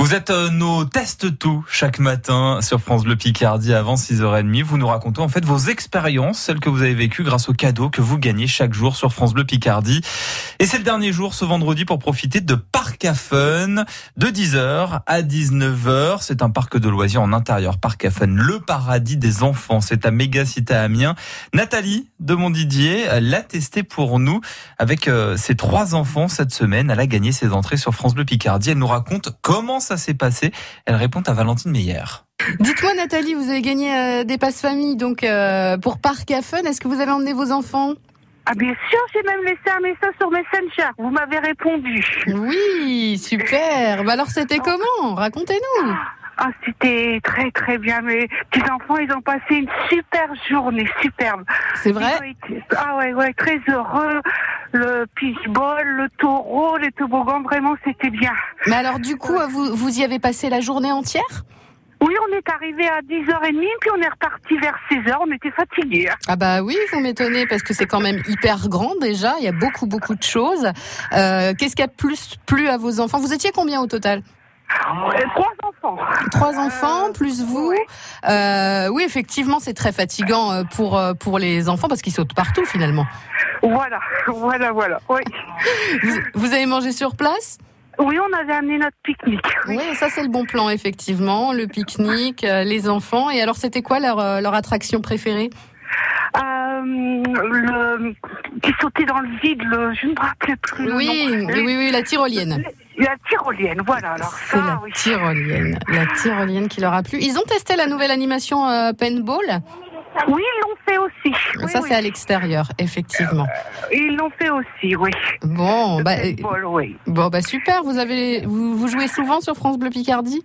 Vous êtes euh, nos tests tout chaque matin sur France Bleu Picardie avant 6h30. Vous nous racontez en fait vos expériences, celles que vous avez vécues grâce aux cadeaux que vous gagnez chaque jour sur France Bleu Picardie. Et c'est le dernier jour ce vendredi pour profiter de Parc à Fun de 10h à 19h. C'est un parc de loisirs en intérieur. Parc à Fun, le paradis des enfants. C'est à Mégacité à Amiens. Nathalie de Montdidier l'a testé pour nous avec euh, ses trois enfants cette semaine. Elle a gagné ses entrées sur France Bleu Picardie. Elle nous raconte comment ça s'est passé. Elle répond à Valentine Meyer. Dites-moi Nathalie, vous avez gagné euh, des passes famille donc euh, pour Parc à Fun. Est-ce que vous avez emmené vos enfants Ah bien sûr, j'ai même laissé un message sur Messenger. Vous m'avez répondu. Oui, super. Bah alors c'était comment Racontez-nous. Ah, c'était très très bien. Mes petits enfants, ils ont passé une super journée, superbe. C'est vrai Ils ont été- Ah ouais, ouais, très heureux. Le pitchball, le taureau, les toboggans, vraiment, c'était bien. Mais alors du coup, euh, vous, vous y avez passé la journée entière Oui, on est arrivé à 10h30, puis on est reparti vers 16h. On était fatigués. hein. Ah bah oui, vous m'étonnez parce que c'est quand même hyper grand déjà. Il y a beaucoup beaucoup de choses. Euh, Qu'est-ce qui a plus plu à vos enfants Vous étiez combien au total Euh, Trois enfants. Euh, Trois enfants plus vous. ouais. Euh, oui, effectivement, c'est très fatigant euh, pour euh, pour les enfants parce qu'ils sautent partout finalement. Voilà, voilà, voilà. Oui, Vous, vous avez mangé sur place oui on avait amené notre pique-nique. Oui, ça c'est le bon plan effectivement, le pique-nique, euh, les enfants. Et alors c'était quoi leur, euh, leur attraction préférée Euh, le qui sautait dans le vide, le, je ne me rappelais plus le Oui, nom. oui, oui, oui, la tyrolienne. La tyrolienne, voilà. Alors C'est ça, la oui. tyrolienne, la tyrolienne qui leur a plu. Ils ont testé la nouvelle animation euh, paintball. Oui, ils l'ont fait aussi. Oui, ça oui. c'est à l'extérieur effectivement. Ils l'ont fait aussi, oui. Bon, Le bah, euh, paintball, oui. bon, bah super. Vous avez, vous, vous jouez souvent sur France Bleu Picardie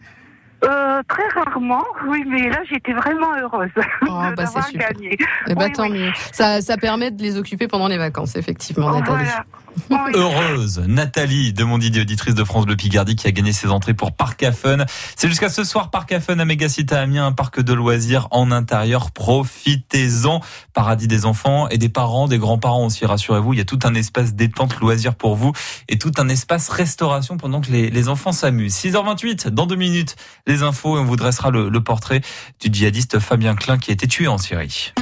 Euh, très rarement, oui, mais là j'étais vraiment heureuse bah, de- c'est d'avoir super. gagné. Eh ben Oui, tant oui. mieux. Ça, ça permet de les occuper pendant les vacances effectivement, Oh, Nathalie. voilà. Oui. Heureuse, Nathalie de Montdidier, auditrice de France Bleu Picardie qui a gagné ses entrées pour Parc à Fun. C'est jusqu'à ce soir Parc à Fun à Mégacité à Amiens, un parc de loisirs en intérieur. Profitez-en, paradis des enfants et des parents, des grands-parents aussi, rassurez-vous. Il y a tout un espace détente loisirs pour vous et tout un espace restauration pendant que les, les enfants s'amusent. 6h28, dans deux minutes, les infos et on vous dressera le, le portrait du djihadiste Fabien Klein qui a été tué en Syrie.